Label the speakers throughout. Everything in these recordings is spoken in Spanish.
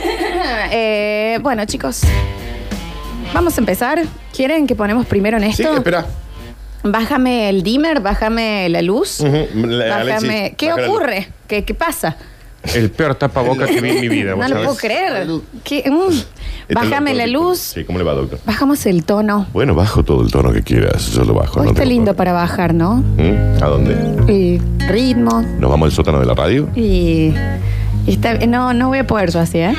Speaker 1: ver.
Speaker 2: Eh, bueno, chicos, vamos a empezar. ¿Quieren que ponemos primero en
Speaker 3: Sí,
Speaker 2: esto?
Speaker 3: espera.
Speaker 2: Bájame el dimmer, bájame la luz.
Speaker 3: Ujú, la-
Speaker 2: bájame-
Speaker 3: Alexis,
Speaker 2: ¿Qué
Speaker 3: baja la luz.
Speaker 2: ocurre? ¿Qué, qué pasa?
Speaker 4: El peor tapabocas que vi en mi vida.
Speaker 2: No
Speaker 4: vos
Speaker 2: lo
Speaker 4: sabés.
Speaker 2: puedo creer. ¿Qué? Mm.
Speaker 3: Este Está el
Speaker 2: Bájame
Speaker 3: doctor,
Speaker 2: la
Speaker 3: doctor.
Speaker 2: luz.
Speaker 3: Sí, ¿cómo le va, doctor?
Speaker 2: Bajamos el tono.
Speaker 3: Bueno, bajo todo el tono que quieras. Yo lo bajo.
Speaker 2: Hoy
Speaker 3: no
Speaker 2: está
Speaker 3: tengo
Speaker 2: lindo
Speaker 3: problema.
Speaker 2: para bajar, ¿no?
Speaker 3: ¿Mm? ¿A dónde?
Speaker 2: El ritmo
Speaker 3: ¿Nos vamos al sótano de la radio?
Speaker 2: y... y está- no, no voy a poder yo así, ¿eh?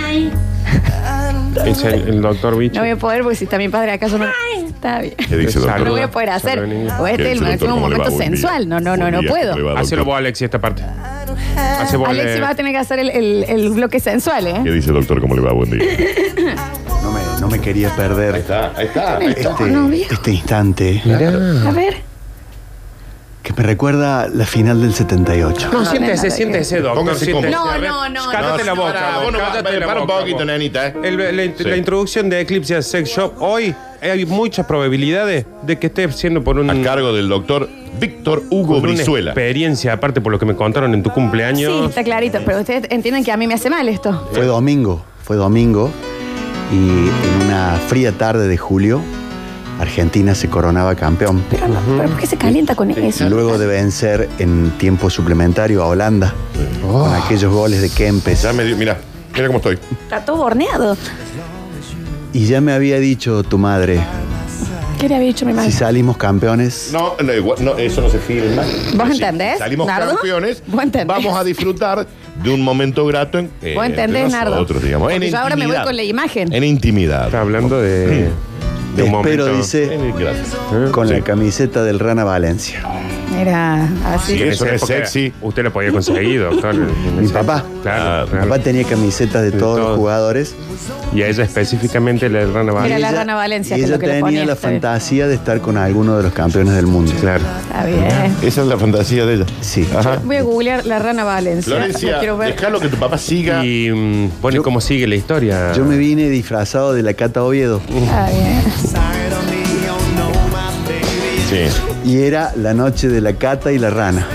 Speaker 4: Es el, el doctor bicho.
Speaker 2: No voy a poder porque si está mi padre acá yo no... Está bien.
Speaker 3: ¿Qué dice,
Speaker 4: Exacto.
Speaker 3: doctor?
Speaker 2: No voy a poder hacer. O este es
Speaker 3: ¿Qué
Speaker 2: el
Speaker 3: dice, doctor?
Speaker 2: máximo
Speaker 3: ¿Cómo le va?
Speaker 2: momento
Speaker 3: Buen día.
Speaker 2: sensual. No, no, no,
Speaker 3: Buen
Speaker 2: no
Speaker 3: día,
Speaker 2: puedo.
Speaker 3: ¿cómo le va,
Speaker 4: Hacelo
Speaker 3: doctor?
Speaker 4: vos, Alexi, esta parte. Hace vos,
Speaker 2: Alexi
Speaker 4: Ale-
Speaker 2: va a tener que hacer el, el- el bloque sensual, ¿eh?
Speaker 3: ¿Qué dice, doctor? ¿Cómo le va? Buen día.
Speaker 5: No me, no me quería perder
Speaker 3: Ahí está, ahí está. ahí está.
Speaker 5: este,
Speaker 2: no, viejo.
Speaker 5: este instante
Speaker 4: Mirá.
Speaker 2: A ver.
Speaker 5: que me recuerda la final del 78.
Speaker 4: No,
Speaker 2: no,
Speaker 4: siéntese,
Speaker 2: no,
Speaker 4: siéntese, doctor.
Speaker 3: Póngase
Speaker 4: siéntese.
Speaker 2: cómodo.
Speaker 4: A ver,
Speaker 2: No, no, no,
Speaker 4: Cállate
Speaker 2: no,
Speaker 4: la boca.
Speaker 3: Ah,
Speaker 4: doctor,
Speaker 3: bueno,
Speaker 4: cállate la
Speaker 3: para un
Speaker 4: boca,
Speaker 3: poquito,
Speaker 4: vos.
Speaker 3: nenita, ¿eh?
Speaker 4: El- la, int-
Speaker 3: Sí.
Speaker 4: la introducción de Eclipse a Sex Shop hoy hay muchas probabilidades de que esté siendo por un,
Speaker 3: A cargo del doctor Víctor Hugo
Speaker 4: por una
Speaker 3: Brizuela.
Speaker 4: experiencia, aparte por lo que me contaron en tu
Speaker 2: Sí,
Speaker 4: cumpleaños.
Speaker 2: está clarito. Pero ustedes entienden que a mí me hace mal esto.
Speaker 5: Fue domingo, fue domingo y en una fría tarde de julio Argentina se coronaba campeón
Speaker 2: Pero, no, ¿pero ¿por qué se calienta con eso?
Speaker 5: luego de vencer en tiempo suplementario a Holanda
Speaker 2: Oh.
Speaker 5: con aquellos goles de Kempes.
Speaker 3: Ya me dio, mira, mira cómo estoy.
Speaker 2: Está todo borneado.
Speaker 5: Y ya me había dicho tu madre,
Speaker 2: ¿Qué le había dicho mi madre?
Speaker 5: si salimos campeones,
Speaker 3: No, no, igual, no, eso no se filma.
Speaker 2: ¿Vos
Speaker 3: Sí,
Speaker 2: entendés,
Speaker 3: Salimos
Speaker 2: Nardo?
Speaker 3: campeones.
Speaker 2: ¿Vos entendés?
Speaker 3: Vamos a disfrutar de un momento grato en eh,
Speaker 2: ¿Vos
Speaker 3: entre
Speaker 2: entendés, Nardo?
Speaker 3: nosotros, digamos.
Speaker 2: Porque
Speaker 3: en
Speaker 2: yo ahora me voy
Speaker 3: intimidad.
Speaker 2: con la imagen.
Speaker 3: En intimidad.
Speaker 4: Está hablando de, de
Speaker 5: te
Speaker 4: un momento.
Speaker 5: espero, dice,
Speaker 3: En- Gracias.
Speaker 5: con
Speaker 3: Sí.
Speaker 5: la camiseta del Rana Valencia.
Speaker 2: Mira, así.
Speaker 3: Sí,
Speaker 4: En
Speaker 3: eso
Speaker 4: esa
Speaker 3: es
Speaker 4: época
Speaker 3: sexy.
Speaker 4: Usted lo podía conseguir, doctor.
Speaker 5: Mi papá.
Speaker 4: Claro,
Speaker 5: Mi
Speaker 4: claro.
Speaker 5: papá tenía camisetas de todos
Speaker 4: todo.
Speaker 5: los jugadores.
Speaker 4: Y a ella específicamente le dan la
Speaker 2: Mira
Speaker 4: banda.
Speaker 2: la Rana Valencia,
Speaker 5: y
Speaker 2: que es
Speaker 5: ella
Speaker 2: lo que le ponía,
Speaker 5: tenía la
Speaker 2: está bien.
Speaker 5: fantasía de estar con alguno de los campeones del mundo.
Speaker 4: Claro.
Speaker 2: Está bien.
Speaker 3: Esa es la fantasía de ella.
Speaker 5: Sí.
Speaker 3: Ajá.
Speaker 2: Voy a googlear la Rana Valencia. La
Speaker 3: Florencia,
Speaker 2: quiero ver.
Speaker 3: déjalo que tu papá siga.
Speaker 4: Y mm, bueno, ¿y
Speaker 5: Yo-
Speaker 4: ¿cómo sigue la historia?
Speaker 5: Yo me vine disfrazado de la Cata Oviedo
Speaker 3: Uh.
Speaker 2: Está bien.
Speaker 3: Sí.
Speaker 5: y era la noche de la Cata y la Rana.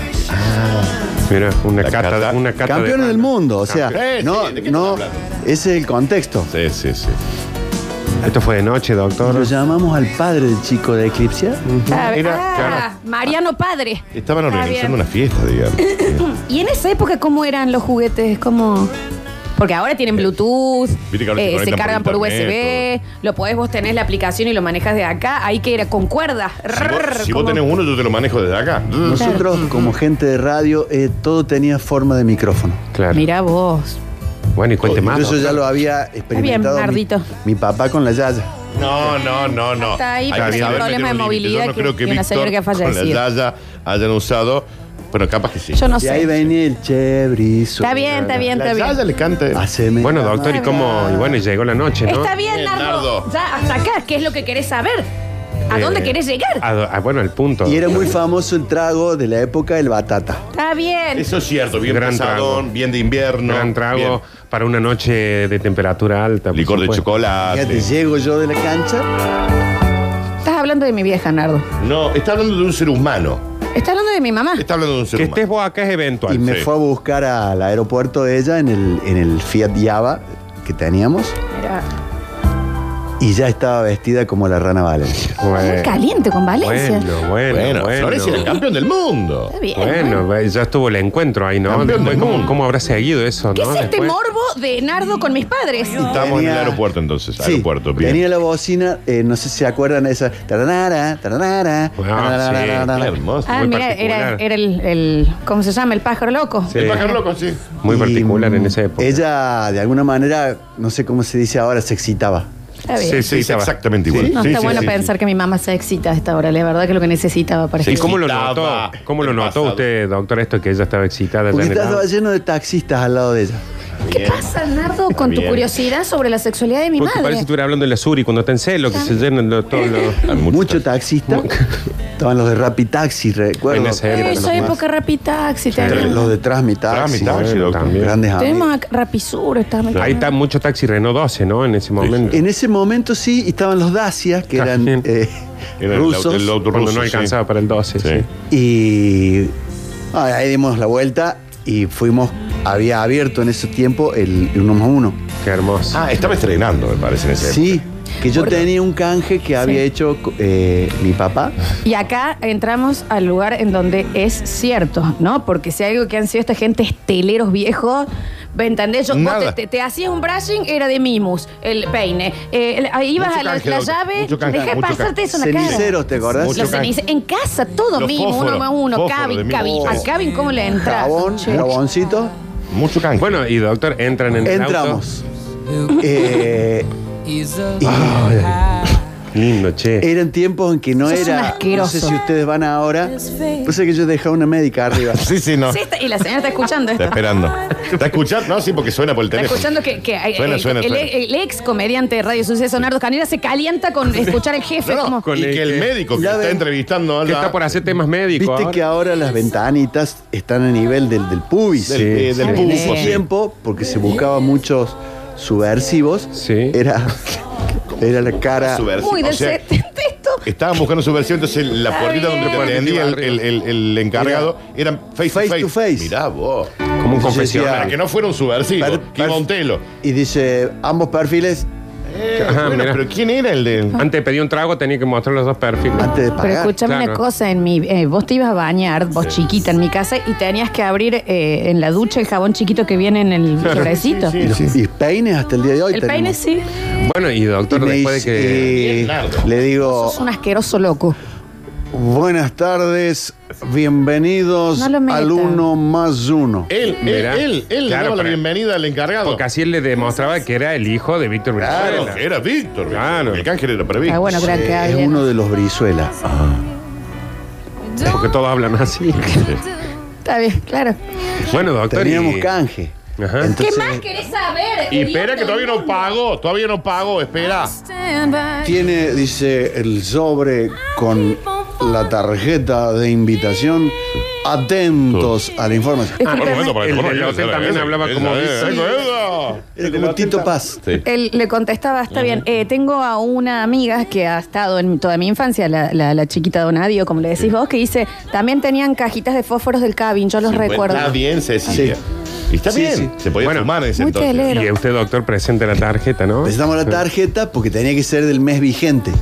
Speaker 4: Mira, una
Speaker 3: La
Speaker 4: cata,
Speaker 3: cata.
Speaker 4: una cata
Speaker 5: Campeones
Speaker 4: de-
Speaker 5: del mundo, o sea,
Speaker 3: Campeón. Eh,
Speaker 5: no,
Speaker 3: sí, ¿de qué
Speaker 5: no,
Speaker 3: estás hablando?
Speaker 5: ese es el contexto.
Speaker 3: Sí, sí, sí.
Speaker 4: Esto fue de noche,
Speaker 5: Lo
Speaker 4: doctor.
Speaker 5: llamamos al padre del chico de Eclipse.
Speaker 2: Está bien.
Speaker 3: Era-
Speaker 2: Ah,
Speaker 3: claro.
Speaker 2: Mariano Padre.
Speaker 3: Estaban
Speaker 2: Está
Speaker 3: organizando
Speaker 2: bien.
Speaker 3: una fiesta, digamos.
Speaker 2: ¿Y en esa época cómo eran los juguetes? ¿Cómo? Porque ahora tienen Bluetooth,
Speaker 3: Eh, Viste que ahora se
Speaker 2: eh, se
Speaker 3: conectan por
Speaker 2: cargan por,
Speaker 3: internet,
Speaker 2: USB, lo podés vos tenés la aplicación y lo manejas de acá. Ahí que era con cuerdas.
Speaker 3: Si vos,
Speaker 2: Rrr,
Speaker 3: si vos
Speaker 2: como-
Speaker 3: tenés uno, yo te lo manejo desde acá.
Speaker 5: Nosotros, como gente de radio, eh, todo tenía forma de micrófono.
Speaker 4: Claro.
Speaker 2: Mirá vos.
Speaker 4: Bueno, y cuente más.
Speaker 5: Yo eso ya
Speaker 4: doctor.
Speaker 5: lo había experimentado mi,
Speaker 2: Nardito.
Speaker 5: mi papá con la Yaya.
Speaker 3: No, no, no, no.
Speaker 2: Hasta ahí,
Speaker 3: Hay
Speaker 2: pero
Speaker 3: que
Speaker 2: hay un
Speaker 3: saber
Speaker 2: problema de
Speaker 3: meter un límite. Yo
Speaker 2: movilidad
Speaker 3: no
Speaker 2: que
Speaker 3: creo que
Speaker 2: tiene la señora que ha
Speaker 3: Víctor con la
Speaker 2: fallecido.
Speaker 3: Yaya hayan usado. Bueno, capaz que sí.
Speaker 2: Yo no
Speaker 5: Y ahí
Speaker 2: sé.
Speaker 5: venía el chevrizo.
Speaker 2: Está bien, está bien,
Speaker 3: La
Speaker 2: está bien.
Speaker 3: Yaya le canta.
Speaker 4: Ah,
Speaker 5: Haceme
Speaker 4: Bueno,
Speaker 5: la
Speaker 4: doctor, ¿y
Speaker 5: mano.
Speaker 4: cómo? Y bueno, y llegó la noche, ¿no?
Speaker 2: Está bien,
Speaker 3: Bien,
Speaker 2: Nardo.
Speaker 3: Nardo.
Speaker 2: Ya, hasta acá. ¿Qué es lo que querés saber? ¿A
Speaker 4: Eh,
Speaker 2: dónde querés llegar?
Speaker 4: a do- a- bueno, el punto.
Speaker 5: Y era muy famoso el trago de la época, el batata.
Speaker 2: Está bien.
Speaker 3: Eso es cierto. Bien
Speaker 4: Gran
Speaker 3: pasadón,
Speaker 4: trago.
Speaker 3: bien de invierno.
Speaker 4: Gran trago para una noche de temperatura alta.
Speaker 3: bien.
Speaker 4: por
Speaker 3: Licor de
Speaker 4: supuesto.
Speaker 5: Fíjate,
Speaker 3: chocolate.
Speaker 5: llego yo de la cancha.
Speaker 2: Estás hablando de mi vieja, Nardo.
Speaker 3: No, está hablando de un ser humano.
Speaker 2: Estás hablando de mi mamá.
Speaker 3: Está hablando de un ser
Speaker 4: Que estés
Speaker 3: humano.
Speaker 4: vos acá es eventual.
Speaker 5: Y me
Speaker 3: sí.
Speaker 5: fue a buscar al aeropuerto de ella en el, en el Fiat Java que teníamos.
Speaker 2: Mirá.
Speaker 5: Y ya estaba vestida como la rana Valencia.
Speaker 2: Muy caliente con Valencia.
Speaker 4: Bueno, bueno,
Speaker 3: Bueno,
Speaker 4: bueno.
Speaker 3: Florencia era campeón del mundo.
Speaker 2: Está bien.
Speaker 4: Bueno, ve, ya estuvo el encuentro ahí, ¿no?
Speaker 3: Campeón
Speaker 4: Después,
Speaker 3: del
Speaker 4: ¿cómo,
Speaker 3: mundo.
Speaker 4: cómo habrá seguido eso,
Speaker 2: ¿Qué
Speaker 4: no?
Speaker 2: es este
Speaker 4: Después-
Speaker 2: morbo de Nardo con mis padres?
Speaker 3: Estamos en
Speaker 5: Tenía-
Speaker 3: el aeropuerto entonces. aeropuerto, bien.
Speaker 5: Tenía la bocina, eh, no sé si se acuerdan de esa. Taranara,
Speaker 4: Ah,
Speaker 5: taranara, taranara,
Speaker 3: Qué
Speaker 5: taranara.
Speaker 3: hermoso.
Speaker 2: Ah,
Speaker 4: Muy
Speaker 2: mira, era,
Speaker 4: particular.
Speaker 2: era el, el- ¿Cómo se llama? El pájaro loco.
Speaker 4: Sí.
Speaker 3: El pájaro loco, sí.
Speaker 4: Muy
Speaker 5: Y,
Speaker 4: particular en
Speaker 5: mm,
Speaker 4: esa época.
Speaker 5: Ella, de alguna manera, no sé cómo se dice ahora, se excitaba.
Speaker 2: Está bien.
Speaker 4: Sí,
Speaker 3: Se dice
Speaker 4: estaba.
Speaker 3: exactamente igual.
Speaker 2: No
Speaker 3: Sí,
Speaker 2: está
Speaker 3: sí,
Speaker 2: bueno
Speaker 3: sí,
Speaker 2: pensar
Speaker 3: sí.
Speaker 2: que mi mamá se excita a esta hora. La verdad que lo que necesitaba para
Speaker 3: Sí,
Speaker 4: ¿Y
Speaker 2: estar-
Speaker 4: cómo lo
Speaker 3: Excitaba.
Speaker 4: notó? ¿Cómo lo
Speaker 3: El
Speaker 4: notó
Speaker 3: pasado.
Speaker 4: usted, doctor, esto que ella estaba excitada?
Speaker 5: Porque
Speaker 4: ya en el-
Speaker 5: estaba lleno de taxistas al lado de ella.
Speaker 2: ¿Qué pasa, Nardo, con tu
Speaker 3: bien.
Speaker 2: curiosidad sobre la sexualidad de mi
Speaker 4: Porque
Speaker 3: ¿eh?
Speaker 4: parece
Speaker 2: madre?
Speaker 4: que estuviera hablando de la Suri cuando está en celo, que se llenan lo- todos los...
Speaker 3: Hay
Speaker 5: Mucho taxista. Estaban los de Rappi Taxi, recuerdo.
Speaker 4: En esa
Speaker 5: que eran
Speaker 4: época,
Speaker 2: Esa
Speaker 5: los más-
Speaker 2: época Rappi Taxi.
Speaker 5: Los,
Speaker 2: tenemos.
Speaker 5: de Transmi Taxi.
Speaker 4: Ah,
Speaker 3: Transmi Taxi,
Speaker 5: bueno,
Speaker 3: doctor.
Speaker 5: también. Grandes amigos.
Speaker 2: Tenemos acá Rapisur. estamos-
Speaker 4: Ahí está mucho taxi Renault 12, ¿no? En ese momento.
Speaker 5: En ese momento sí, y estaban los Dacia, que eran
Speaker 4: También.
Speaker 5: eh,
Speaker 3: Era el
Speaker 5: rusos.
Speaker 3: auto- el auto
Speaker 4: Cuando
Speaker 3: ruso,
Speaker 4: no
Speaker 3: sí.
Speaker 4: alcanzaba para el 12, sí.
Speaker 3: Sí.
Speaker 5: Y ah, ahí dimos la vuelta y fuimos, había abierto en ese tiempo el 1 más 1.
Speaker 4: Qué hermoso.
Speaker 3: Ah, estaba estrenando, me parece, en ese
Speaker 5: Sí, que yo
Speaker 2: ¿Por qué?
Speaker 5: tenía un canje que había hecho eh, mi papá.
Speaker 2: Y acá entramos al lugar en donde es cierto, ¿no? Porque si hay algo que han sido esta gente esteleros viejos, ¿me entendés? Yo, vos
Speaker 3: Nada.
Speaker 2: te, te- te hacías un brushing, era de mimus, el peine. Eh, el- ahí ibas
Speaker 3: Mucho
Speaker 2: a la,
Speaker 3: canje,
Speaker 2: la
Speaker 3: doctor.
Speaker 2: llave,
Speaker 3: Mucho canje,
Speaker 2: deja de
Speaker 3: mucho
Speaker 2: pasarte
Speaker 3: canje.
Speaker 2: eso en la cara.
Speaker 5: Ceniceros, ¿te acordás?
Speaker 3: Mucho
Speaker 2: Los
Speaker 3: canje.
Speaker 2: ceniceros. En casa, todo
Speaker 3: Los
Speaker 2: mismo, uno
Speaker 3: fósforos,
Speaker 2: más uno.
Speaker 3: fósforos de
Speaker 2: Cabin,
Speaker 3: mimus,
Speaker 2: cabin.
Speaker 3: sí.
Speaker 2: A cabin, ¿cómo le entras?
Speaker 5: Jabón,
Speaker 2: Che.
Speaker 5: jaboncito.
Speaker 3: momento. Mucho canje.
Speaker 4: Bueno, y doctor, entran en
Speaker 5: Entramos. Eh, y
Speaker 4: el auto. Lindo, che.
Speaker 5: eran tiempos en que no
Speaker 2: Sos un
Speaker 5: era. No sé
Speaker 2: asqueroso.
Speaker 5: si ustedes van ahora. Puse que yo dejaba una médica arriba.
Speaker 3: Sí, sí, no.
Speaker 2: Sí, está- y la señora está escuchando
Speaker 3: Está
Speaker 2: esto.
Speaker 3: esperando. ¿Está escuchando? No, sí, porque suena por el
Speaker 2: Está
Speaker 3: teléfono.
Speaker 2: escuchando que, que, eh,
Speaker 3: Suena,
Speaker 2: el,
Speaker 3: suena,
Speaker 2: el-
Speaker 3: suena.
Speaker 2: el ex comediante de Radio Suceso, Nardo Canela, se calienta con escuchar al jefe.
Speaker 3: No,
Speaker 2: como-
Speaker 4: con
Speaker 3: y que el médico que
Speaker 5: Ya
Speaker 3: está
Speaker 5: ven.
Speaker 3: entrevistando a
Speaker 4: Que
Speaker 3: la-
Speaker 4: está por hacer temas
Speaker 5: Viste
Speaker 4: médicos. ahora?
Speaker 5: que ahora las ventanitas están a nivel del, del pubis.
Speaker 3: del,
Speaker 4: Sí,
Speaker 3: eh, del
Speaker 4: sí.
Speaker 3: pulpo,
Speaker 5: En ese
Speaker 3: sí.
Speaker 5: tiempo, porque se buscaba muchos subversivos,
Speaker 4: Sí.
Speaker 5: era, era la cara.
Speaker 3: Subversivo,
Speaker 2: Muy
Speaker 3: o
Speaker 2: del
Speaker 3: sea,
Speaker 2: 70 esto.
Speaker 3: Estaban buscando subversión, entonces la
Speaker 2: Está
Speaker 3: puertita
Speaker 2: bien.
Speaker 3: donde te atendía el, el- el- el encargado eran face,
Speaker 5: Face
Speaker 3: to face.
Speaker 5: to face.
Speaker 3: Mirá vos.
Speaker 4: Como un
Speaker 5: Entonces
Speaker 4: confesionario.
Speaker 3: Para que no fuera un subversivo,
Speaker 5: Per-
Speaker 3: que iba
Speaker 5: per-
Speaker 3: a un telo.
Speaker 5: Y dice, ambos perfiles
Speaker 3: Eh,
Speaker 4: Ajá,
Speaker 3: bueno,
Speaker 4: mirá.
Speaker 3: pero ¿quién era el de...?
Speaker 4: Antes de pedir un trago tenía que mostrar los dos perfiles.
Speaker 5: antes de
Speaker 2: Pero
Speaker 5: pagar.
Speaker 2: escúchame
Speaker 4: Claro.
Speaker 2: una cosa, en mi, eh, vos te ibas a bañar, vos chiquita en mi casa, y tenías que abrir eh, en la ducha el jabón chiquito que viene en el florecito.
Speaker 5: y, los- y peines hasta el día de hoy.
Speaker 2: El peine
Speaker 5: tenemos.
Speaker 2: sí,
Speaker 4: Bueno, y
Speaker 5: Y
Speaker 4: doctor,
Speaker 5: me
Speaker 4: después de que.
Speaker 5: dice, eh,
Speaker 3: Leonardo.
Speaker 5: le digo,
Speaker 2: es un asqueroso loco.
Speaker 5: buenas tardes, bienvenidos
Speaker 2: No lo metan.
Speaker 5: al uno más uno.
Speaker 3: Él, él,
Speaker 4: Mirá.
Speaker 3: él, él le
Speaker 4: Claro,
Speaker 3: daba la
Speaker 4: pero-
Speaker 3: bienvenida al encargado.
Speaker 4: Porque así él le demostraba que era el hijo de Víctor
Speaker 3: Claro,
Speaker 4: Venezuela.
Speaker 3: era Víctor.
Speaker 4: Claro.
Speaker 3: El cángel era para Víctor.
Speaker 2: Ah, bueno, gran
Speaker 5: Eh,
Speaker 2: que
Speaker 5: es
Speaker 2: alguien-
Speaker 5: uno de los brizuelas.
Speaker 4: Porque todos hablan así.
Speaker 2: Está bien, claro.
Speaker 4: bueno, doctor.
Speaker 5: Teníamos
Speaker 4: y-
Speaker 5: canje.
Speaker 4: Ajá.
Speaker 5: Entonces,
Speaker 2: querés saber?
Speaker 3: Y espera que todavía no pagó, todavía no pagó, espera.
Speaker 5: Tiene, dice, el sobre con la tarjeta de invitación. Atentos a la información.
Speaker 3: Ah, bueno, bueno, para
Speaker 4: el-
Speaker 3: para-
Speaker 4: el
Speaker 3: para-
Speaker 4: hotel
Speaker 3: para-
Speaker 4: también
Speaker 3: para-
Speaker 4: hablaba
Speaker 3: para-
Speaker 4: como
Speaker 3: para-
Speaker 4: dice.
Speaker 3: para- para-
Speaker 5: Era como Tito Paz.
Speaker 3: Sí.
Speaker 2: Él le contestaba, está bien, eh, tengo a una amiga que ha estado en toda mi infancia, la, la, la chiquita Donadio, como le decís vos, que dice, también tenían cajitas de fósforos del cabin, yo los
Speaker 3: Bueno,
Speaker 2: recuerdo.
Speaker 3: Está bien, Cecilia.
Speaker 5: Sí.
Speaker 3: Y está
Speaker 5: Sí,
Speaker 3: bien.
Speaker 5: sí.
Speaker 3: Se podía
Speaker 4: Bueno,
Speaker 3: fumar en ese
Speaker 2: muy
Speaker 3: entonces.
Speaker 2: tele.
Speaker 4: Y usted, doctor, presente la tarjeta, ¿no?
Speaker 5: Presentamos la tarjeta porque tenía que ser del mes vigente.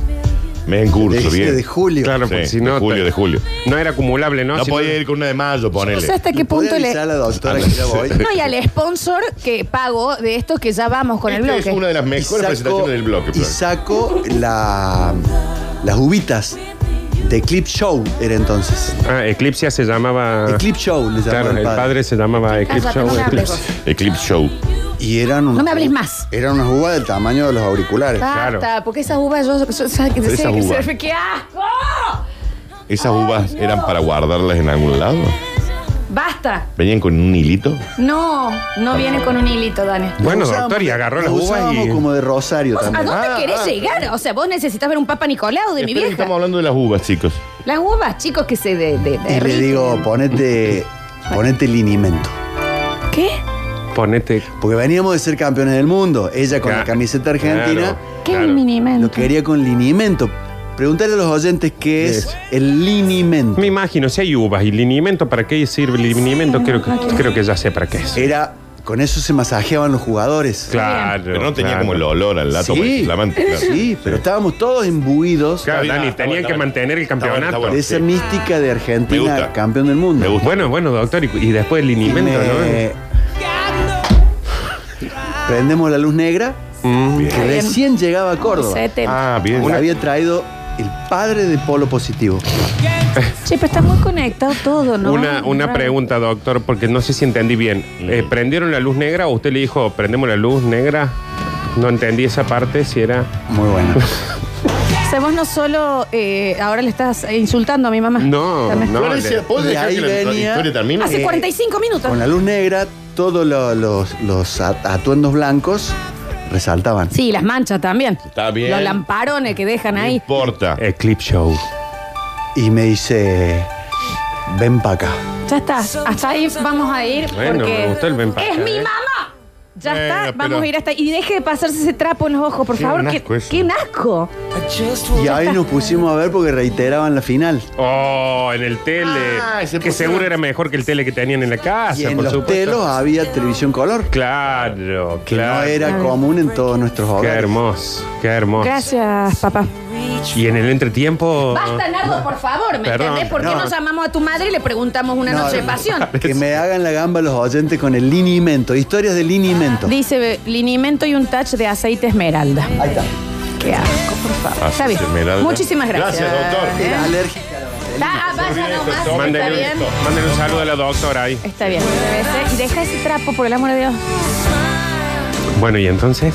Speaker 3: Me en
Speaker 5: De,
Speaker 3: curso, bien.
Speaker 5: de julio.
Speaker 4: Claro, porque
Speaker 3: Sí,
Speaker 4: si no.
Speaker 3: de julio,
Speaker 4: te-
Speaker 3: de julio.
Speaker 4: No era acumulable, ¿no?
Speaker 3: No
Speaker 4: Si
Speaker 3: podía ir con una de mayo,
Speaker 2: No
Speaker 3: ponele.
Speaker 2: sé hasta qué
Speaker 5: ¿Puede
Speaker 2: punto le...
Speaker 5: avisar a la
Speaker 4: Ah,
Speaker 5: doctora que ya voy?
Speaker 2: No, y al sponsor que pago de esto que ya vamos con el
Speaker 3: Esta Este es
Speaker 2: bloque.
Speaker 3: una de las
Speaker 5: Y
Speaker 3: mejores
Speaker 5: saco-
Speaker 3: presentaciones del bloque.
Speaker 5: Y
Speaker 3: Flor.
Speaker 5: saco la, las uvitas de Clip Show, era entonces.
Speaker 4: Ah, Eclipsia se llamaba.
Speaker 5: El Clip Show, le
Speaker 4: Ah. Claro,
Speaker 5: llamaban
Speaker 4: el
Speaker 5: al
Speaker 4: padre. se llamaba Eclipse
Speaker 2: Cállate, no
Speaker 4: Show.
Speaker 2: me hables.
Speaker 4: Eclipse.
Speaker 3: Eclipse Show.
Speaker 5: Y eran unas-
Speaker 2: No me hables más.
Speaker 5: Eran unas uvas del tamaño de los auriculares.
Speaker 2: Basta,
Speaker 4: claro.
Speaker 2: porque esas uvas yo, yo- yo- sé que
Speaker 3: Pero esas
Speaker 2: sé que
Speaker 3: uvas.
Speaker 2: se- ¡Qué asco!
Speaker 3: ¿Esas uvas eran para guardarlas en algún lado?
Speaker 2: ¡Basta!
Speaker 3: ¿Venían con un hilito?
Speaker 2: No, no viene con un hilito, Dani.
Speaker 4: Bueno,
Speaker 5: Usábamos-
Speaker 4: doctor, y agarró las
Speaker 5: lo
Speaker 4: uvas
Speaker 5: usábamos
Speaker 4: y.
Speaker 5: como de rosario
Speaker 2: ¿A
Speaker 5: también.
Speaker 2: dónde
Speaker 3: Ah,
Speaker 2: querés
Speaker 3: ah.
Speaker 2: llegar? O sea, vos necesitas ver un Papa Nicolau de mi
Speaker 3: Esperen que
Speaker 2: vieja.
Speaker 3: Estamos hablando de las uvas, chicos.
Speaker 2: Las uvas, chicos, que se de, de-
Speaker 5: Y le
Speaker 2: derriten.
Speaker 5: digo, ponete, ponete linimento.
Speaker 2: ¿Qué?
Speaker 4: Ponete.
Speaker 5: Porque veníamos de ser campeones del mundo. Ella con la
Speaker 4: Claro.
Speaker 5: camiseta argentina
Speaker 4: Claro,
Speaker 2: ¿Qué
Speaker 4: claro.
Speaker 5: lo
Speaker 2: minimento?
Speaker 5: quería con linimento. Preguntarle a los oyentes qué es el linimento.
Speaker 4: Me imagino, si hay uvas y linimento, ¿para qué sirve el linimento? Creo que, creo que ya sé para qué es.
Speaker 5: Era, con eso se masajeaban los jugadores.
Speaker 4: Claro.
Speaker 3: Pero no tenía
Speaker 4: claro.
Speaker 3: como el olor al átomo
Speaker 5: Sí.
Speaker 3: inflamante. claro.
Speaker 5: Sí, pero estábamos todos imbuidos
Speaker 4: Claro,
Speaker 3: Está bien,
Speaker 4: Dani,
Speaker 3: Ah, está
Speaker 4: tenían
Speaker 3: bueno,
Speaker 4: que
Speaker 3: está
Speaker 4: mantener el
Speaker 3: Está bueno, está
Speaker 4: campeonato.
Speaker 5: de esa
Speaker 3: sí.
Speaker 5: mística de
Speaker 3: Me
Speaker 5: Argentina,
Speaker 3: gusta.
Speaker 5: campeón del mundo.
Speaker 3: Me gusta.
Speaker 4: Bueno, bueno, doctor, y, y después el
Speaker 5: Y
Speaker 4: linimento,
Speaker 5: me- Prendemos la luz negra,
Speaker 4: ¿no? Mm.
Speaker 5: que recién llegaba a Córdoba.
Speaker 2: Setenta.
Speaker 3: Ah, bien.
Speaker 5: La había traído el padre de Polo Positivo.
Speaker 2: Che, pero está muy conectado todo, ¿no?
Speaker 4: Una, una
Speaker 2: Raro.
Speaker 4: pregunta, doctor, porque no sé si entendí bien. Eh, ¿Prendieron la luz negra o usted le dijo, prendemos la luz negra? No entendí esa parte, si era...
Speaker 5: Muy bueno.
Speaker 2: O sea, vos no solo eh, ahora le estás insultando a mi mamá.
Speaker 4: No,
Speaker 2: También.
Speaker 4: no.
Speaker 3: Florencia,
Speaker 4: le-
Speaker 3: ¿puedes
Speaker 5: Y
Speaker 3: dejar
Speaker 5: ahí
Speaker 3: que la
Speaker 5: venía-
Speaker 3: historia termine?
Speaker 2: Hace
Speaker 5: Eh,
Speaker 2: 45 minutos.
Speaker 5: Con la luz negra, todos lo- los, los at- atuendos blancos resaltaban.
Speaker 2: Sí, las manchas también.
Speaker 3: Está bien.
Speaker 2: Los lamparones que dejan
Speaker 3: No
Speaker 2: ahí.
Speaker 3: importa.
Speaker 4: Eclipse Show.
Speaker 5: Y me dice, ven para acá.
Speaker 2: Ya está. Hasta ahí vamos a ir
Speaker 4: Bueno,
Speaker 2: porque
Speaker 4: me gustó el ven pa'
Speaker 2: es
Speaker 4: acá,
Speaker 2: mi
Speaker 4: ¿eh?
Speaker 2: mamá. Ya está,
Speaker 3: Bueno,
Speaker 2: vamos
Speaker 3: pero-
Speaker 2: a ir hasta. Y deje de pasarse ese trapo en los ojos, por
Speaker 3: Qué
Speaker 2: favor.
Speaker 3: un
Speaker 2: que-
Speaker 3: asco eso.
Speaker 2: ¡Qué un asco!
Speaker 5: Y ahí nos pusimos a ver porque reiteraban la final.
Speaker 4: Oh, en el tele.
Speaker 3: Ah, ese
Speaker 4: que
Speaker 3: puso-
Speaker 4: seguro era mejor que el tele que tenían en la casa,
Speaker 5: Y en
Speaker 4: Ah, por
Speaker 5: los
Speaker 4: supuesto.
Speaker 5: telos había televisión color,
Speaker 4: Claro,
Speaker 5: que
Speaker 4: claro.
Speaker 5: no era
Speaker 2: Claro.
Speaker 5: común en todos nuestros
Speaker 4: Qué
Speaker 5: hogares.
Speaker 4: hermoso, qué hermoso.
Speaker 2: Gracias, papá.
Speaker 4: Y en el entretiempo.
Speaker 2: Basta, Nardo, por favor, ¿me
Speaker 4: Perdón.
Speaker 2: entendés? ¿Por qué
Speaker 5: No.
Speaker 2: no llamamos a tu madre y le preguntamos una
Speaker 5: No,
Speaker 2: noche de
Speaker 5: no.
Speaker 2: pasión?
Speaker 5: Que me hagan la gamba los oyentes con el linimento, historias de linimento.
Speaker 2: Dice linimento y un touch de aceite esmeralda.
Speaker 5: Ahí está.
Speaker 2: Qué asco, por favor. Está bien.
Speaker 3: Esmeralda.
Speaker 2: Muchísimas gracias.
Speaker 3: Gracias, doctor.
Speaker 5: Era alérgica.
Speaker 2: Está, ah, vaya nomás. Está
Speaker 4: Mándenle
Speaker 2: bien.
Speaker 4: un, mándenle un saludo a la doctora ahí.
Speaker 2: Está bien. Ese- Y deja ese trapo, por el amor de Dios.
Speaker 4: Bueno, ¿y entonces?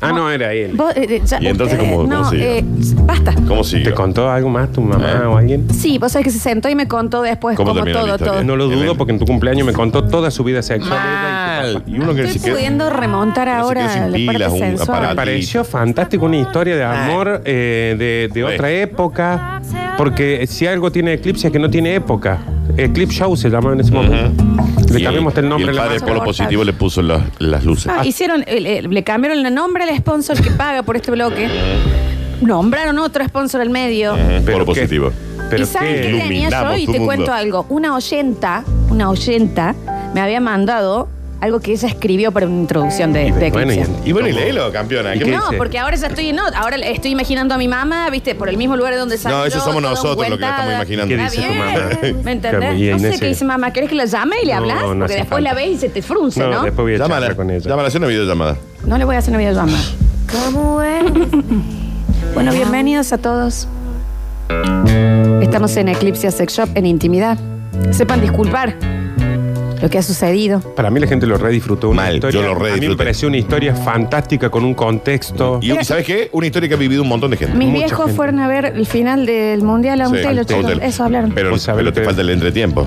Speaker 4: Ah, no, era él.
Speaker 2: Vos, eh, eh, ya-
Speaker 3: ¿Y entonces cómo- cómo
Speaker 2: no,
Speaker 3: sigue?
Speaker 2: eh, basta.
Speaker 3: ¿Cómo sigue?
Speaker 4: ¿Te contó algo más tu mamá
Speaker 3: ¿Eh?
Speaker 4: o alguien?
Speaker 2: Sí, vos sabés que se sentó y me contó después
Speaker 3: ¿Cómo
Speaker 2: como
Speaker 3: termina la
Speaker 2: todo,
Speaker 3: historia?
Speaker 2: todo.
Speaker 4: Eh, No lo
Speaker 3: En
Speaker 4: dudo
Speaker 3: el-
Speaker 4: porque en tu cumpleaños me contó toda su vida sexual.
Speaker 3: Mal. Y uno que
Speaker 2: Estoy
Speaker 3: se quedó-
Speaker 2: pudiendo remontar
Speaker 3: que se
Speaker 2: ahora
Speaker 3: quedó sin
Speaker 2: la parte
Speaker 3: pilas, un
Speaker 2: sensual.
Speaker 4: Me
Speaker 3: aparato.
Speaker 4: pareció fantástico una historia de amor eh, de, de
Speaker 3: Sí.
Speaker 4: otra época. Porque si algo tiene Eclipse es que no tiene época. Eclipse Show se llamaba en ese momento. Le
Speaker 3: Y
Speaker 4: cambiamos el nombre.
Speaker 3: y
Speaker 4: a
Speaker 3: el
Speaker 4: la
Speaker 3: padre
Speaker 4: marca.
Speaker 3: por lo positivo le puso las, las luces.
Speaker 2: Ah, hicieron, el- el- le cambiaron el nombre al sponsor que paga por este bloque.
Speaker 3: Eh.
Speaker 2: Nombraron otro sponsor al medio.
Speaker 3: Ujú, por lo
Speaker 4: qué-
Speaker 3: positivo.
Speaker 4: Pero
Speaker 2: ¿Y sabes
Speaker 4: qué-
Speaker 2: qué tenía yo?
Speaker 3: Eh. Iluminamos
Speaker 2: Y
Speaker 3: tu
Speaker 2: te
Speaker 3: mundo.
Speaker 2: cuento algo. Una oyenta, una oyenta, me había mandado algo que ella escribió para una introducción de, de
Speaker 4: bueno,
Speaker 2: Eclipse.
Speaker 4: y-
Speaker 3: Y bueno, y léelo, campeona. ¿Qué
Speaker 2: no,
Speaker 4: dice?
Speaker 2: porque ahora ya estoy no, ahora estoy imaginando a mi mamá, viste, por el mismo lugar de donde salió.
Speaker 3: No, eso somos
Speaker 2: toda
Speaker 3: nosotros lo que la estamos
Speaker 2: enguentada.
Speaker 3: imaginando.
Speaker 4: ¿Qué dice tu mamá?
Speaker 2: ¿Me
Speaker 4: Claro, y
Speaker 2: entendés? No
Speaker 4: Inés
Speaker 2: sé qué
Speaker 4: es-
Speaker 2: dice mamá. ¿Querés que la llame y le
Speaker 4: No,
Speaker 2: hablas?
Speaker 4: no
Speaker 2: Porque
Speaker 4: hace
Speaker 2: después
Speaker 4: falta.
Speaker 2: la ves y se te frunce, ¿no?
Speaker 4: No,
Speaker 2: No,
Speaker 4: después voy a
Speaker 3: Llámala.
Speaker 4: charlar con ella.
Speaker 3: Llámala, hace una videollamada.
Speaker 2: le voy a hacer una videollamada. bueno, bienvenidos a todos. Estamos en Eclipse Sex Shop en intimidad. Sepan disculpar lo que ha sucedido.
Speaker 4: Para mí la gente lo redisfrutó. Una
Speaker 3: Mal,
Speaker 4: historia,
Speaker 3: yo lo re
Speaker 4: A mí me
Speaker 3: disfruté.
Speaker 4: pareció una historia fantástica con un contexto.
Speaker 3: Y ¿sabes qué? Una historia que ha vivido un montón de gente.
Speaker 2: Mis
Speaker 4: Mucha
Speaker 2: viejos
Speaker 4: gente.
Speaker 2: fueron a ver el final del mundial a un
Speaker 3: Sí,
Speaker 2: telo,
Speaker 3: al
Speaker 2: chicos.
Speaker 3: hotel.
Speaker 2: Eso hablaron.
Speaker 3: Pero,
Speaker 4: Vos sabés
Speaker 3: pero
Speaker 4: lo
Speaker 3: te
Speaker 4: que-
Speaker 3: falta el entretiempo.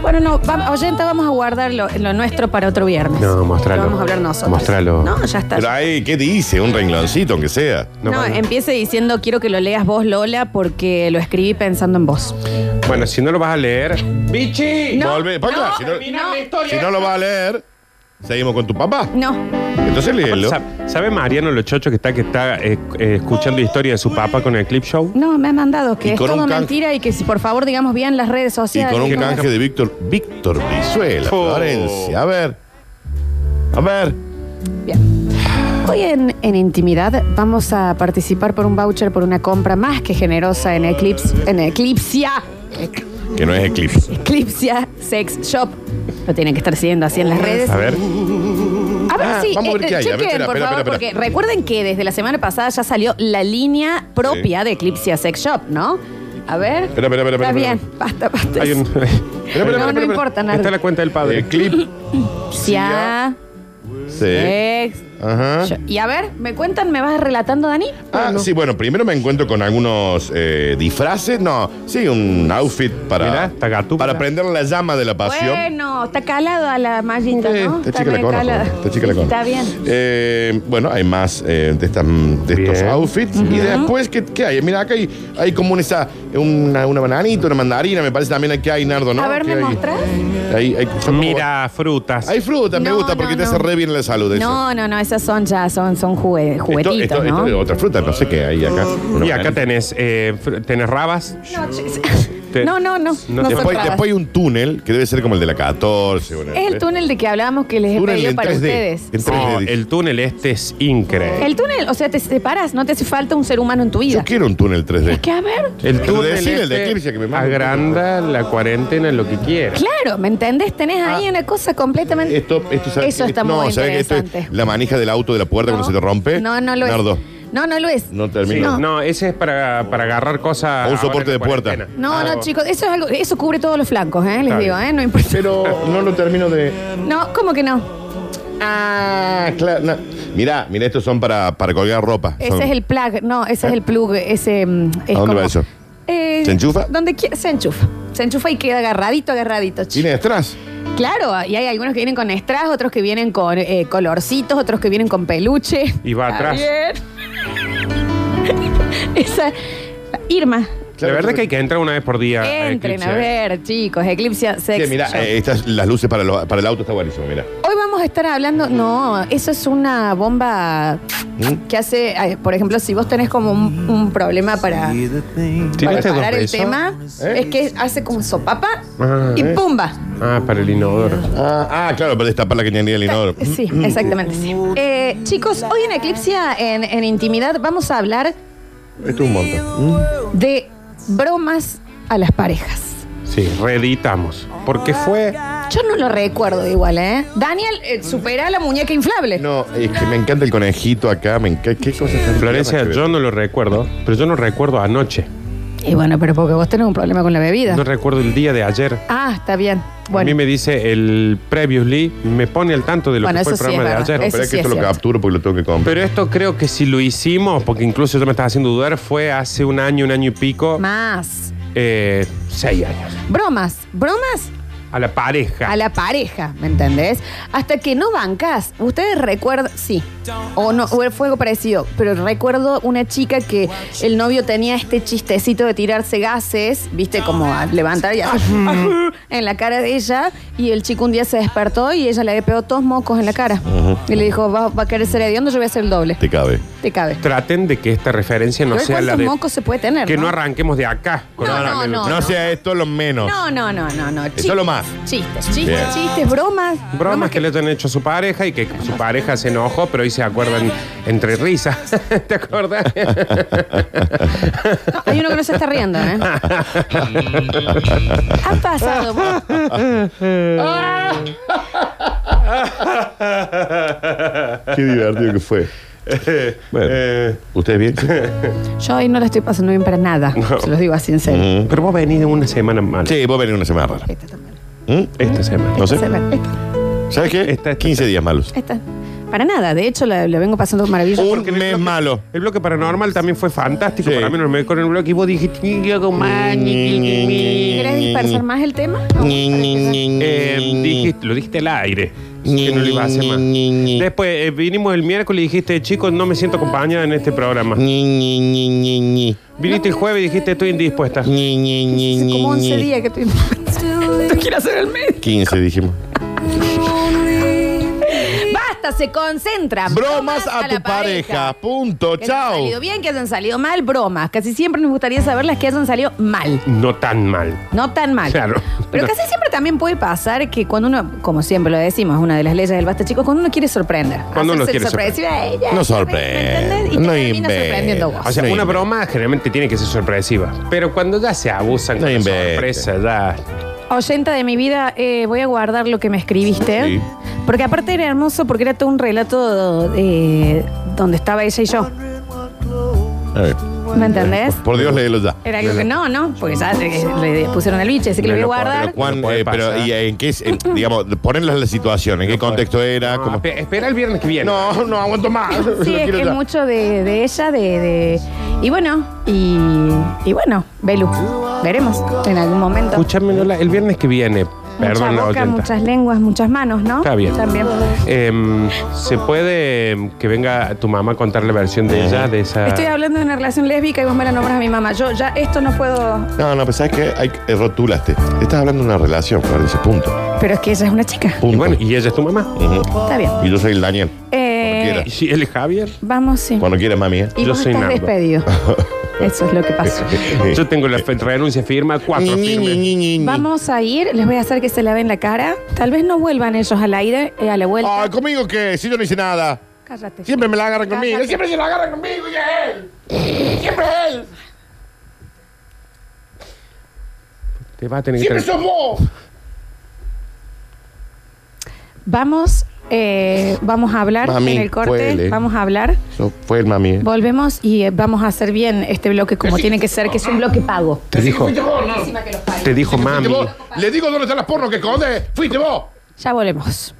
Speaker 2: Bueno, no, va- oyenta, vamos a guardarlo lo nuestro para otro viernes.
Speaker 4: No, mostralo.
Speaker 2: Lo vamos a hablar nosotros.
Speaker 4: Mostralo.
Speaker 2: No, ya está.
Speaker 3: Pero ahí, ¿qué dice? Un rengloncito, aunque sea.
Speaker 2: no,
Speaker 4: No, no.
Speaker 2: empiece diciendo quiero que lo leas vos, Lola, porque lo escribí pensando en vos.
Speaker 4: Bueno, si no lo vas a leer. ¡Bichi!
Speaker 2: No,
Speaker 3: Volve, Paula,
Speaker 2: no,
Speaker 3: si no,
Speaker 2: termina la
Speaker 3: si no lo vas a leer, seguimos con tu papá.
Speaker 2: No.
Speaker 3: Entonces léelo.
Speaker 4: Sa- ¿Sabe Mariano lo chocho que está que está eh, eh, escuchando historia de su papá con el clip show?
Speaker 2: No, me han mandado que
Speaker 3: Y
Speaker 2: es
Speaker 3: con
Speaker 2: todo
Speaker 3: un canje.
Speaker 2: mentira y que si por favor digamos bien las redes
Speaker 3: Y
Speaker 2: sociales.
Speaker 3: con un
Speaker 2: ¿no?
Speaker 3: canje de Víctor Víctor Brizuela,
Speaker 4: Oh.
Speaker 3: Florencia. A ver. A ver.
Speaker 2: Bien. Hoy en, en Intimidad vamos a participar por un voucher por una compra más que generosa en Eclipse. En Eclipsia. Ec-
Speaker 3: Que no es Eclipse.
Speaker 2: Eclipsia Sex Shop. Lo tienen que estar siguiendo así en las redes.
Speaker 4: A ver.
Speaker 2: A ver,
Speaker 3: Ah,
Speaker 2: sí,
Speaker 3: vamos a ver
Speaker 2: eh,
Speaker 3: qué hay. A ver,
Speaker 2: chequen,
Speaker 3: espera,
Speaker 2: por
Speaker 3: espera,
Speaker 2: favor,
Speaker 3: espera,
Speaker 2: porque
Speaker 3: espera.
Speaker 2: recuerden que desde la semana pasada ya salió la línea propia de Eclipse Sex Shop, ¿no? A ver.
Speaker 3: Ah. Espera, espera, espera,
Speaker 2: Está
Speaker 3: espera,
Speaker 2: bien,
Speaker 3: espera.
Speaker 2: basta, basta.
Speaker 4: Hay un-
Speaker 2: no,
Speaker 3: espera,
Speaker 2: no
Speaker 3: espera,
Speaker 2: importa nada.
Speaker 4: Está la cuenta del padre.
Speaker 3: Eh, Eclipse.
Speaker 2: Eclipsia Sex
Speaker 3: Ajá.
Speaker 2: Shop. Eh. Y a ver, ¿me cuentan? ¿Me vas relatando, Dani?
Speaker 3: Ah, sí, bueno, primero me encuentro con algunos eh, disfraces, no, sí, un outfit para
Speaker 4: Mirá, está gatú.
Speaker 3: para prender la llama de la pasión.
Speaker 2: Bueno, está calada la mallita,
Speaker 3: Eh,
Speaker 2: ¿no?
Speaker 3: esta
Speaker 2: Está
Speaker 3: chica la
Speaker 2: re
Speaker 3: conozco,
Speaker 2: calada.
Speaker 3: esta chica la
Speaker 2: Sí,
Speaker 3: conozco.
Speaker 2: Está bien.
Speaker 3: Eh, bueno, hay más eh, de, estas, mm, de estos
Speaker 4: Bien.
Speaker 3: outfits. Y después, ¿qué, qué hay? Mira, acá hay, hay como una, esa- una, una bananita, una mandarina, me parece también que hay, Nardo, ¿no?
Speaker 2: A ver,
Speaker 3: ¿Qué
Speaker 2: ¿me
Speaker 3: hay?
Speaker 2: mostrás?
Speaker 3: Ahí- ahí- son como-
Speaker 4: Mira, frutas.
Speaker 3: Hay fruta, me
Speaker 2: No,
Speaker 3: gusta, porque
Speaker 2: no,
Speaker 3: te hace
Speaker 2: no.
Speaker 3: re bien la salud eso.
Speaker 2: No, no, no, esas son ya, son, son jugue-
Speaker 3: Esto-
Speaker 2: juguetitos,
Speaker 3: esto-
Speaker 2: ¿no?
Speaker 3: esto es otra fruta, no sé qué hay acá. Una
Speaker 4: y acá
Speaker 3: bananita.
Speaker 4: tenés, eh, fr- tenés rabas.
Speaker 2: No, che- no, no, no. no son
Speaker 3: Después,
Speaker 2: trabas.
Speaker 3: después hay un túnel que debe ser como el de la 14. una-
Speaker 2: Es el túnel de que hablábamos que les he
Speaker 3: Túnel
Speaker 2: pedido
Speaker 3: en
Speaker 2: para
Speaker 3: 3D.
Speaker 2: ustedes.
Speaker 3: En 3D,
Speaker 4: No,
Speaker 3: dice.
Speaker 4: Oh, el túnel este es increíble.
Speaker 2: El túnel, o sea, te separas, no te hace falta un ser humano en tu
Speaker 3: Yo
Speaker 2: vida.
Speaker 3: quiero un túnel 3D.
Speaker 2: Es que a ver,
Speaker 4: El túnel
Speaker 3: Decime el de
Speaker 4: este
Speaker 3: Eclipse que me manda.
Speaker 4: agranda la cuarentena en lo que quieras.
Speaker 2: claro, ¿me entendés? Tenés ahí una cosa completamente.
Speaker 3: Ah. Esto, esto ¿sabes
Speaker 2: Eso
Speaker 3: qué?
Speaker 2: está
Speaker 3: no,
Speaker 2: muy
Speaker 3: ¿sabes qué? Esto es
Speaker 2: interesante.
Speaker 3: la manija del auto de la puerta cuando se te rompe.
Speaker 2: No, no lo
Speaker 3: Nardo,
Speaker 2: es. No, no lo es.
Speaker 3: no
Speaker 4: Sí,
Speaker 3: termino.
Speaker 4: no. ese es para, para agarrar cosas.
Speaker 3: O un
Speaker 4: ahora
Speaker 3: soporte
Speaker 4: en la
Speaker 3: de puerta.
Speaker 4: cuarentena.
Speaker 2: No,
Speaker 4: Ah,
Speaker 2: no, chicos, eso es algo, eso cubre todos los flancos, ¿eh? Les
Speaker 4: Está
Speaker 2: digo,
Speaker 4: bien.
Speaker 2: ¿eh? No importa.
Speaker 3: Pero no lo termino de.
Speaker 2: No, ¿cómo que no?
Speaker 3: Ah, claro. no. Mirá, mirá, estos son para, para colgar ropa.
Speaker 2: Ese
Speaker 3: Son- ¿Eh?
Speaker 2: es el plug, no, ese es el plug, ese mm, es
Speaker 3: ¿A dónde
Speaker 2: como-
Speaker 3: va eso?
Speaker 2: Eh,
Speaker 3: ¿Se enchufa?
Speaker 2: Donde quiera, se enchufa. Se enchufa y queda agarradito, agarradito. chi.
Speaker 3: ¿Tiene detrás?
Speaker 2: Claro, y hay algunos que vienen con strass, otros que vienen con eh, colorcitos, otros que vienen con peluche.
Speaker 4: Y va
Speaker 2: Está
Speaker 4: atrás.
Speaker 2: bien. Esa. Irma.
Speaker 4: La verdad es que hay que entrar una vez por día. a
Speaker 2: Entren
Speaker 4: Ah, Eclipse,
Speaker 2: a
Speaker 4: ¿eh?
Speaker 2: ver, chicos. Eclipse Sex.
Speaker 3: Sí, mirá,
Speaker 2: Shop.
Speaker 3: eh, estas, las luces para, los- para el auto está buenísimo, mirá.
Speaker 2: Hoy vamos a a estar hablando. No, eso es una bomba
Speaker 4: ¿Mm?
Speaker 2: que hace, eh, por ejemplo, si vos tenés como un, un problema para, para
Speaker 4: ¿Tiraste dos
Speaker 2: parar el
Speaker 4: pesos?
Speaker 2: tema,
Speaker 3: ¿Eh?
Speaker 2: es que hace como sopapa
Speaker 4: Ah,
Speaker 2: y
Speaker 4: ¿eh?
Speaker 2: pumba.
Speaker 4: Ah, para el inodoro.
Speaker 3: Ah, ah, claro, para destapar la que tenía el inodoro.
Speaker 2: Sí,
Speaker 4: Mm,
Speaker 2: exactamente. sí. Eh, chicos, hoy en Eclipsia, en, en Intimidad, vamos a hablar
Speaker 3: Esto es un montón.
Speaker 2: de bromas a las parejas.
Speaker 4: Sí, reeditamos. Porque fue.
Speaker 2: Yo no lo recuerdo igual, ¿eh? Daniel, eh, supera la muñeca inflable.
Speaker 3: No, es que me encanta el conejito acá, me encanta. ¿Qué cosa tan
Speaker 4: Florencia,
Speaker 3: tierna Ah. que
Speaker 4: yo no lo recuerdo, pero yo no recuerdo anoche.
Speaker 2: Y bueno, pero porque vos tenés un problema con la bebida.
Speaker 4: No recuerdo el día de ayer.
Speaker 2: Ah, está bien.
Speaker 4: A mí
Speaker 2: Bueno,
Speaker 4: me dice el previously, me pone al tanto de lo
Speaker 2: Bueno,
Speaker 4: que fue el
Speaker 2: eso sí es
Speaker 4: programa
Speaker 2: verdad.
Speaker 4: de ayer.
Speaker 2: Eso
Speaker 3: Pero es
Speaker 2: sí es
Speaker 3: que esto lo
Speaker 2: cierto.
Speaker 3: capturo porque lo tengo que comprar.
Speaker 4: Pero esto creo que si lo hicimos, porque incluso yo me estaba haciendo dudar, fue hace un año, un año y pico,
Speaker 2: más.
Speaker 4: eh, seis años.
Speaker 2: Bromas, bromas
Speaker 4: A la pareja.
Speaker 2: a la pareja, ¿me entendés? Hasta que no bancas. Ustedes recuerdan, sí, o no, o fue algo parecido, pero recuerdo una chica que el novio tenía este chistecito de tirarse gases, viste, como a levantar y a- en la cara de ella, y el chico un día se despertó y ella le pegó dos mocos en la cara.
Speaker 3: Ujú.
Speaker 2: Y le dijo, va, va a querer ser hediondo, yo voy a hacer el doble.
Speaker 3: Te cabe.
Speaker 2: Te cabe.
Speaker 4: Traten de que esta referencia no
Speaker 2: Igual,
Speaker 4: sea la
Speaker 2: ¿Cuántos
Speaker 4: de.
Speaker 2: mocos se puede tener?
Speaker 4: Que no
Speaker 2: no?
Speaker 4: arranquemos de acá. con
Speaker 2: No,
Speaker 4: la-
Speaker 2: no, no.
Speaker 3: No, sea esto lo menos.
Speaker 2: No, no, no, no, no.
Speaker 3: Eso es lo más.
Speaker 2: Chistes, chistes,
Speaker 3: Bien.
Speaker 2: chistes, bromas.
Speaker 4: Bromas que le han hecho a su pareja y que su pareja se enojó, pero hoy se acuerdan entre risas. ¿Te acuerdas?
Speaker 2: No, hay uno que no se está riendo, ¿eh? ha pasado.
Speaker 3: Qué divertido que fue. Bueno, ¿ustedes bien?
Speaker 2: Yo hoy no la estoy pasando bien para nada. Se los digo así en serio.
Speaker 3: Mm.
Speaker 4: pero vos venís de una semana mal.
Speaker 3: Sí, vos venís una semana rara.
Speaker 2: Esta también.
Speaker 3: ¿Mm?
Speaker 4: Esta semana.
Speaker 3: No sé.
Speaker 2: Esta, esta,
Speaker 3: ¿Sabes qué?
Speaker 4: Esta, esta,
Speaker 3: 15 días malos.
Speaker 2: esta. Para nada. De hecho, la, la vengo pasando maravilloso.
Speaker 3: Un mes malo.
Speaker 4: El bloque paranormal también fue fantástico.
Speaker 3: Sí.
Speaker 4: Para mí no me con el bloque y vos dijiste, "Ni hago más, ni, ni, ni, ni".
Speaker 2: ¿Querés dispersar más el tema? No,
Speaker 4: Eh, dijiste- lo dijiste al aire. Que no lo iba a hacer más. Después eh, vinimos el miércoles y dijiste, chicos, no me siento acompañada en este programa. Viniste el jueves y dijiste, estoy indispuesta.
Speaker 2: Hace como 11 días que estoy. Tú quieres hacer el mes.
Speaker 3: 15 dijimos.
Speaker 2: Basta, se concentra.
Speaker 3: Bromas a tu
Speaker 2: la
Speaker 3: pareja. Punto.
Speaker 2: Que hayan
Speaker 3: Chao.
Speaker 2: salido bien, que hayan salido mal, bromas. Casi siempre nos gustaría saber las que hayan salido mal.
Speaker 4: No tan mal.
Speaker 2: No tan mal.
Speaker 4: Claro.
Speaker 2: Pero
Speaker 4: No.
Speaker 2: casi siempre también puede pasar que cuando uno, como siempre lo decimos, una de las leyes del basta, chicos, cuando uno quiere sorprender.
Speaker 4: Cuando uno
Speaker 2: hacerse
Speaker 4: quiere
Speaker 2: el sorpresivo, "Ay, ya,
Speaker 3: No
Speaker 2: ¿me entendés?
Speaker 3: sorprende.
Speaker 2: Y te
Speaker 3: No
Speaker 2: termina sorprendiendo
Speaker 3: inventa.
Speaker 2: vos.
Speaker 4: O sea,
Speaker 3: No
Speaker 4: una
Speaker 3: inventes.
Speaker 4: broma generalmente tiene que ser sorpresiva. Pero cuando ya se abusan
Speaker 3: No
Speaker 4: con la
Speaker 3: inventes.
Speaker 4: sorpresa, ya.
Speaker 2: Oyenta de mi vida, eh, voy a guardar lo que me escribiste.
Speaker 3: Sí.
Speaker 2: Porque aparte era hermoso porque era todo un relato eh, donde estaba ella y yo.
Speaker 3: A ver,
Speaker 2: ¿Me entendés?
Speaker 3: Por Dios, léelo ya.
Speaker 2: Era algo que no, ¿no? Porque ya eh, le pusieron el biche, así que
Speaker 4: Me
Speaker 2: lo voy a
Speaker 4: lo puedo- me
Speaker 2: guardar.
Speaker 4: lo puedo-
Speaker 3: Juan,
Speaker 4: No puede
Speaker 3: eh, pero
Speaker 4: pasar.
Speaker 3: ¿y en qué, es- en- digamos, ponerlas la situación? ¿En qué contexto era?
Speaker 4: No,
Speaker 3: ¿Cómo?
Speaker 4: espe- Ah, espera el viernes que viene.
Speaker 3: Ah, No, no aguanto más. Lo
Speaker 2: Sí, es
Speaker 3: quiero
Speaker 2: que
Speaker 3: ya.
Speaker 2: mucho de, de ella, de, de- Y bueno, y, y bueno, Belu. Veremos en algún momento.
Speaker 4: Escúchame, Lola, el viernes que viene.
Speaker 2: Mucha
Speaker 4: Perdón, la
Speaker 2: boca,
Speaker 4: oyenta.
Speaker 2: muchas lenguas, muchas manos, ¿no?
Speaker 4: Está bien.
Speaker 2: También.
Speaker 4: Em, ¿Se puede em, que venga tu mamá a contar la versión de ella, de esa...
Speaker 2: Estoy hablando de una relación lésbica y vos me la nombras a mi mamá. Yo ya esto no puedo.
Speaker 3: No, no, pero ¿sabes qué? Hay, eh, rotulaste. Estás hablando de una relación, Florencia. Punto.
Speaker 2: Pero es que ella es una chica.
Speaker 3: Punto.
Speaker 4: Y bueno, y ella es tu mamá.
Speaker 3: Ujú.
Speaker 2: Está bien.
Speaker 3: Y yo soy el Daniel.
Speaker 2: Eh,
Speaker 3: Cuando
Speaker 4: ¿Y si él es Javier?
Speaker 2: vamos, sí.
Speaker 3: Cuando quieras, mami. ¿eh?
Speaker 2: y
Speaker 4: yo
Speaker 2: vos
Speaker 4: soy
Speaker 2: estás
Speaker 4: Nardo.
Speaker 2: despedido. Eso es lo que pasó.
Speaker 4: Yo tengo la fe- renuncia firma, cuatro
Speaker 3: Ñi, Ñi,
Speaker 4: firmes.
Speaker 3: Ñi, Ñi, Ñi.
Speaker 2: Vamos a ir, les voy a hacer que se laven la cara. Tal vez no vuelvan ellos al aire, eh, a la vuelta.
Speaker 3: Ay, ¿conmigo qué? Si yo no hice nada.
Speaker 2: Cállate.
Speaker 3: Siempre me la agarran conmigo.
Speaker 2: Cállate.
Speaker 3: Siempre se la agarran conmigo y es él. Siempre es él.
Speaker 4: Te va a tener que
Speaker 3: Siempre
Speaker 4: tener-
Speaker 3: sos vos.
Speaker 2: Vamos, eh, vamos a hablar
Speaker 3: Mami,
Speaker 2: en el corte.
Speaker 3: huele.
Speaker 2: Vamos a hablar.
Speaker 3: Eso fue el mami. ¿eh?
Speaker 2: Volvemos y eh, vamos a hacer bien este bloque como tiene que ser, que es un bloque pago.
Speaker 4: Te dijo,
Speaker 3: Fuiste vos, no.
Speaker 4: te dijo
Speaker 3: Fuiste
Speaker 4: mami.
Speaker 3: vos. Le digo dónde están las pornos que esconde. Fuiste vos.
Speaker 2: Ya volvemos.